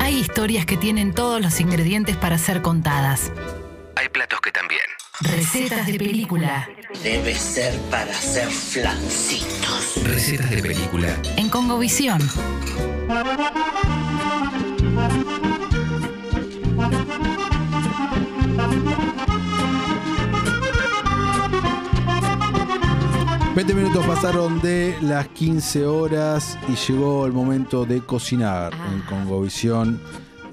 Hay historias que tienen todos los ingredientes para ser contadas. Hay platos que también. Recetas de película. Debe ser para hacer flancitos. Recetas de película. En Congovisión. Veinte minutos pasaron de las 15 horas y llegó el momento de cocinar Ah. en Congovisión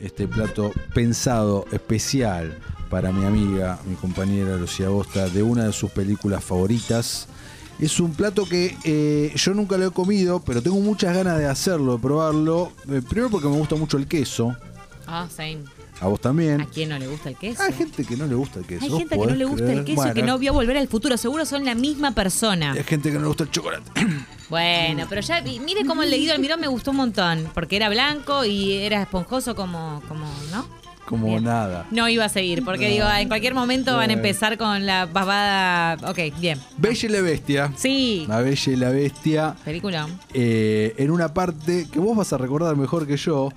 este plato pensado especial para mi amiga, mi compañera Lucía Bosta, de una de sus películas favoritas. Es un plato que eh, yo nunca lo he comido, pero tengo muchas ganas de hacerlo, de probarlo. Eh, primero porque me gusta mucho el queso, Ah, same. a vos también. ¿A quién no le gusta el queso? Hay gente que no le gusta el queso. Hay ¿vos gente que no podés le gusta el creer? queso y que Bueno, no vio volver al futuro. Seguro son la misma persona. Hay gente que no le gusta el chocolate. Bueno, pero ya vi- mire cómo el leído mirón me gustó un montón. Porque era blanco y era esponjoso como, como ¿no? Como Bien. nada. No iba a seguir, porque digo, ah, en cualquier momento van a empezar con la babada. Ok, bien. Bella y la Bestia. Sí. La Bella y la Bestia. Película. eh, en una parte que vos vas a recordar mejor que yo,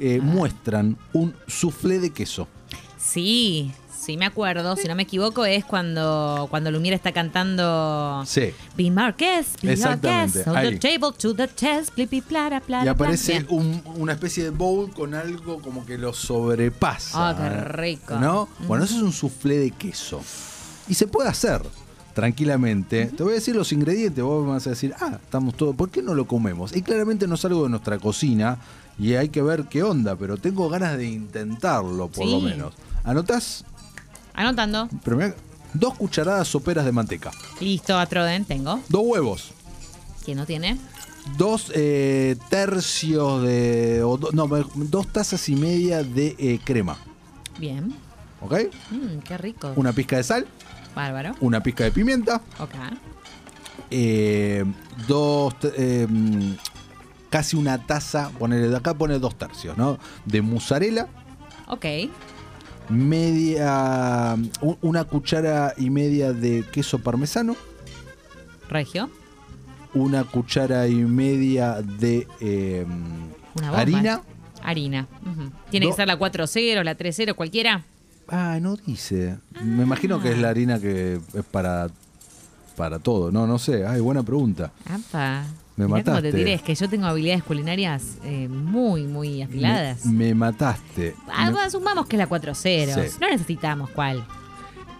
eh, muestran un soufflé de queso. Sí, sí me acuerdo. Si no me equivoco, es cuando, cuando Lumiere está cantando. Sí. Be Marquez, be Exactamente, Marquez, on ahí. the table to the chest, plipi, plara, plara. Y aparece plara. Bien. un- una especie de bowl con algo como que lo sobrepasa. Ah, qué rico. ¿No? Bueno, eso es un soufflé de queso. Y se puede hacer tranquilamente. Te voy a decir los ingredientes, vos me vas a decir, ah, estamos todos, ¿por qué no lo comemos? Y claramente no es algo de nuestra cocina y hay que ver qué onda, pero tengo ganas de intentarlo por lo Sí. menos. Anotás, Anotando. pero mirá, dos cucharadas soperas de manteca, Listo, Atroden, tengo. dos huevos, ¿Quién no tiene? dos eh, tercios de. o do- no, me- dos tazas y media de eh, crema. Bien. ¿Ok? Mm, qué rico. Una pizca de sal, Bárbaro. una pizca de pimienta, Ok. eh, dos. te- eh, mm, casi una taza, ponele, de acá pone dos tercios, ¿no? De mozzarella, Ok. media. u- una cuchara y media de queso parmesano, Regio. una cuchara y media de. eh, Una bomba. eh. harina. Harina. Ujú. Tiene Do- que ser la 4-0, la 3-0, cualquiera. Ah, no dice. Me imagino Ah. que es la harina que es para para todo. No, no sé. Ay, buena pregunta. Apa. Me Mirá cómo mataste. te diré, es que yo tengo habilidades culinarias eh, muy, muy Me, afiladas. me mataste. Ah, Me- bueno, sumamos que es la 4-0. mm, Sí. No necesitamos cuál.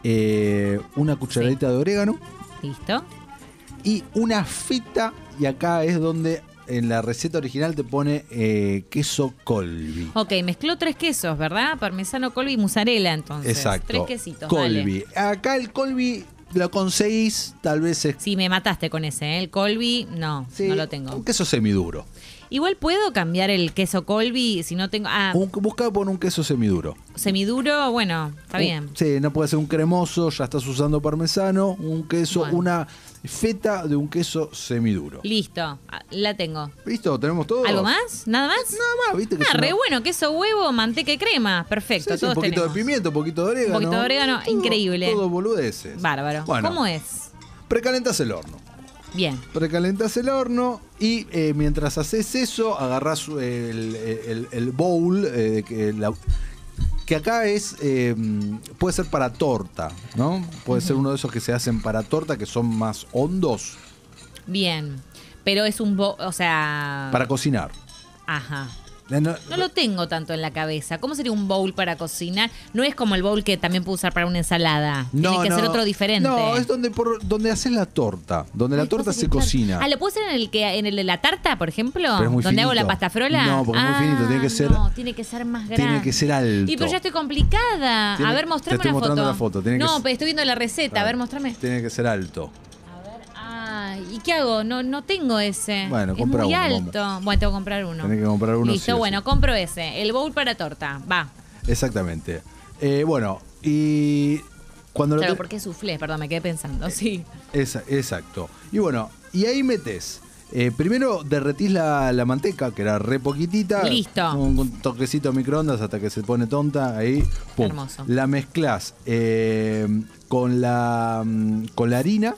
eh, una cucharadita de orégano ¿Listo? y una fita. Y acá es donde en la receta original te pone eh, queso colby. Ok, mezcló tres quesos, ¿verdad? Parmesano, colby y mozzarella, entonces. Exacto. Tres quesitos. dale. Colby. Acá el colby lo conseguís, tal vez es... Sí, me mataste con ese, ¿eh? El colby, no, sí, no lo tengo. Un queso semiduro. Igual puedo cambiar el queso colby si no tengo. Ah, Un, buscá por un queso semiduro. semiduro, bueno, está Un- bien. Sí, no puede ser un cremoso, ya estás usando parmesano, un queso, Bueno. una feta de un queso semiduro. Listo, ah, la tengo. ¿Listo? ¿Tenemos todo? ¿Algo más? ¿Nada más? Nada más, viste que Ah, es re una- bueno, queso, huevo, manteca y crema. Sí, sí, Perfecto, todos un poquito tenemos. de pimiento, un poquito de orégano. Un poquito de orégano, Todo- increíble. Todo boludeces. Bárbaro. Bueno, ¿Cómo es? Precalentás el horno. Bien. Precalentás el horno y eh, mientras haces eso, agarrás eh, el, el- el bowl eh, que, la- que acá es eh, puede ser para torta, ¿no? Puede ser uno de esos que se hacen para torta que son más hondos Bien. Pero es un bo- o sea. para cocinar. Ajá. Eh, no- Ah. No lo tengo tanto en la cabeza. ¿Cómo sería un bowl para cocinar? No es como el bowl que también puedo usar para una ensalada. Tiene no, que ser no. otro diferente. No, es donde por donde haces la torta, donde la Ay, torta cosas se que- claro. cocina. Ah, ¿lo puedo hacer en el que en el de la tarta, por ejemplo? Pero es muy ¿Donde hago finito. la pasta frola? No, porque es muy Ah, finito, tiene que ser- No, tiene que ser más grande. tiene que ser alto. Y pero ya estoy complicada. Tiene- a ver, mostrame te estoy una mostrando foto. la foto, tiene que no, ser- pero estoy viendo la receta. A ver, mostrame. Tiene que ser alto. A ver. Ah, ¿y qué hago? No, no tengo ese. Bueno, es compra muy uno, alto. Bueno, tengo que comprar uno. Tenés que comprar uno, sí Listo, o sí. bueno, compro ese. El bowl para torta. Va. Exactamente. Eh, bueno, y cuando Claro, lo te- porque suflé, perdón, me quedé pensando. Sí. Esa- exacto. Y bueno, y ahí metes. eh, primero derretís la, la manteca, que era re poquitita. Listo. Un, un toquecito a microondas hasta que se pone tonta. Ahí, pum. Hermoso. La mezclas con, la, mm, con la harina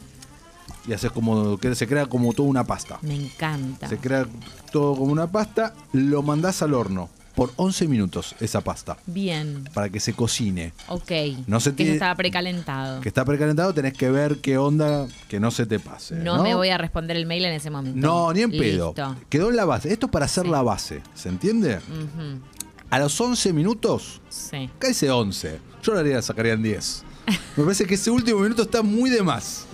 y haces como que se crea como toda una pasta. Me encanta. Se crea todo como una pasta, lo mandás al horno. por 11 minutos esa pasta Bien. para que se cocine. Ok. No se que tiene- eso estaba precalentado. Que está precalentado, tenés que ver qué onda, que no se te pase. No, no, me voy a responder el mail en ese momento. No, ni en pedo. Listo. Mm. Quedó en la base. Esto es para hacer la base, ¿se entiende? Ujú, A los 11 minutos, Sí. acá dice 11. Yo lo haría, sacaría en 10. Me parece que ese último minuto está muy de más.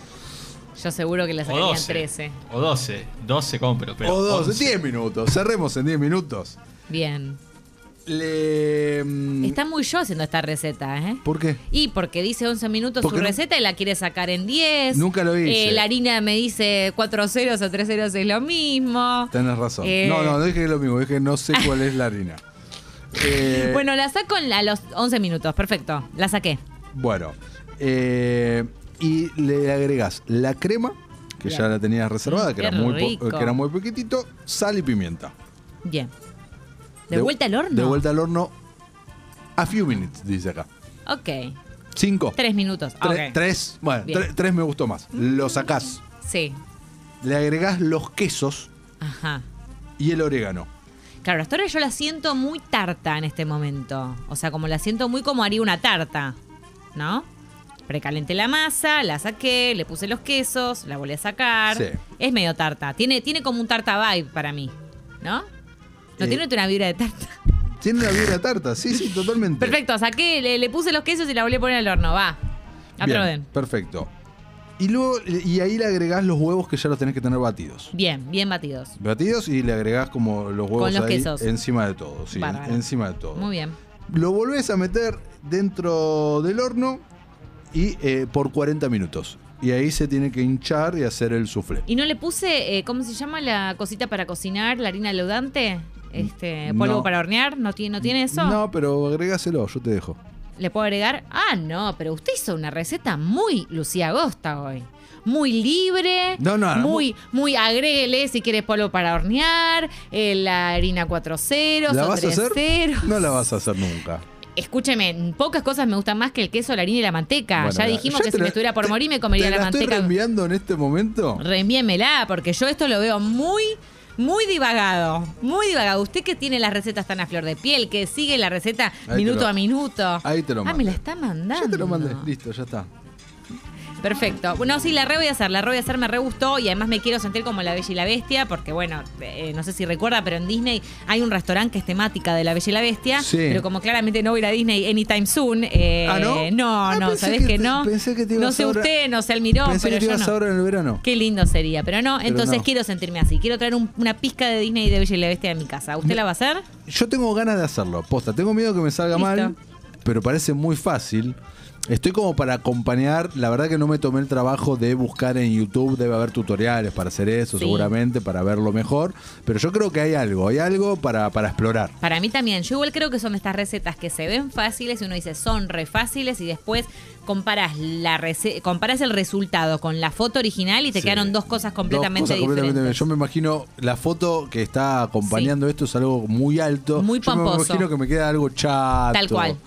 Yo seguro que le O sacaría en 12. 13. O 12. 12 compro. Pero o 12, 11. 10 minutos. Cerremos en 10 minutos. Bien. Le... mm, Está muy yo haciendo esta receta, ¿eh? ¿Por qué? Y porque dice 11 minutos Porque su nu- receta y la quiere sacar en 10. Nunca lo hice. Eh, la harina me dice 4 ceros o 3 ceros es lo mismo. Tenés razón. Eh, No, no, no dije que es lo mismo. Dije que no sé cuál es la harina. Eh, Bueno, la saco en la- a los 11 minutos. Perfecto. La saqué. Bueno, eh, y le agregás la crema, que Bien. ya la tenías reservada, Mm, que qué era, muy po- rico. que era muy poquitito, sal y pimienta. Bien. ¿De, vuelta al horno? De vuelta al horno. A few minutes, dice acá. Ok. Cinco. Tres minutos. Tre- Ok. Tres. Bueno, Bien. tre- tres me gustó más. Lo sacás. Sí. Le agregás los quesos Ajá. y el orégano. Claro, hasta ahora yo la siento muy tarta en este momento. O sea, como la siento muy como haría una tarta, ¿no? Precalenté la masa, la saqué, le puse los quesos, la volví a sacar. Sí. Es medio tarta. Tiene, tiene como un tarta vibe para mí, ¿no? No Eh. tiene una vibra de tarta. Tiene una vida tarta, sí, sí, totalmente. Perfecto, saqué, le, le puse los quesos y la volví a poner al horno. Va. Bien, Otro orden. Perfecto. Y luego, y ahí le agregás los huevos que ya los tenés que tener batidos. Bien, bien batidos. batidos y le agregás como los huevos Con los ahí quesos. encima de todo, sí, Bárbaro. en- encima de todo. Muy bien. Lo volvés a meter dentro del horno y eh, por 40 minutos. Y ahí se tiene que hinchar y hacer el soufflé. Y no le puse, eh, ¿cómo se llama la cosita para cocinar? La harina leudante. Este, No. polvo para hornear, ¿no tiene, no tiene eso? No, pero agregáselo, yo te dejo. ¿Le puedo agregar? Ah, no, pero usted hizo una receta muy Lucía Agosta hoy. Muy libre. No, no, no. Muy, muy agréguele si quiere polvo para hornear, eh, la harina cuatro ceros, ¿La o vas a tres hacer? ceros. No la vas a hacer nunca. Escúcheme, pocas cosas me gustan más que el queso, la harina y la manteca. Bueno, ya dijimos yo que te si la- me estuviera por te- morir me comería te la, estoy manteca. reenviando en este momento? Reenvíemela, porque yo esto lo veo muy, muy divagado. Muy divagado. Usted que tiene las recetas tan a flor de piel, que sigue la receta te minuto lo- a minuto. ahí te lo Ah, me mandé. la está mandando. Ya te lo mandé, listo, ya está. Perfecto. Bueno, sí, la re voy a hacer, la re voy a hacer, me re gustó y además me quiero sentir como la Bella y la Bestia, porque bueno, eh, no sé si recuerda, pero en Disney hay un restaurante que es temática de la Bella y la Bestia, Sí. pero como claramente no voy a ir a Disney anytime soon, eh, ¿Ah, no? No, Ah, no, pensé ¿sabés que que, te- no? pensé que te no ibas sé ahora- usted, no sé Almirón, Pensé pero que te yo ibas no. ahora en el verano. Qué lindo sería, pero no, Pero entonces no. quiero sentirme así, quiero traer un- una pizca de Disney y de Bella y la Bestia a mi casa. ¿Usted la va a hacer? Yo tengo ganas de hacerlo, posta. Tengo miedo que me salga Listo. mal, pero parece muy fácil. Estoy como para acompañar. La verdad que no me tomé el trabajo de buscar en YouTube. Debe haber tutoriales para hacer eso, Sí. seguramente, para verlo mejor. Pero yo creo que hay algo, hay algo para, para explorar. Para mí también. Yo igual creo que son de estas recetas que se ven fáciles y uno dice son re fáciles y después comparas la rece- comparás el resultado con la foto original y te Sí. quedaron dos cosas completamente Dos cosas diferentes. Yo me imagino la foto que está acompañando esto es algo muy alto. Muy Yo me pomposo. imagino que me queda algo chato. Tal cual.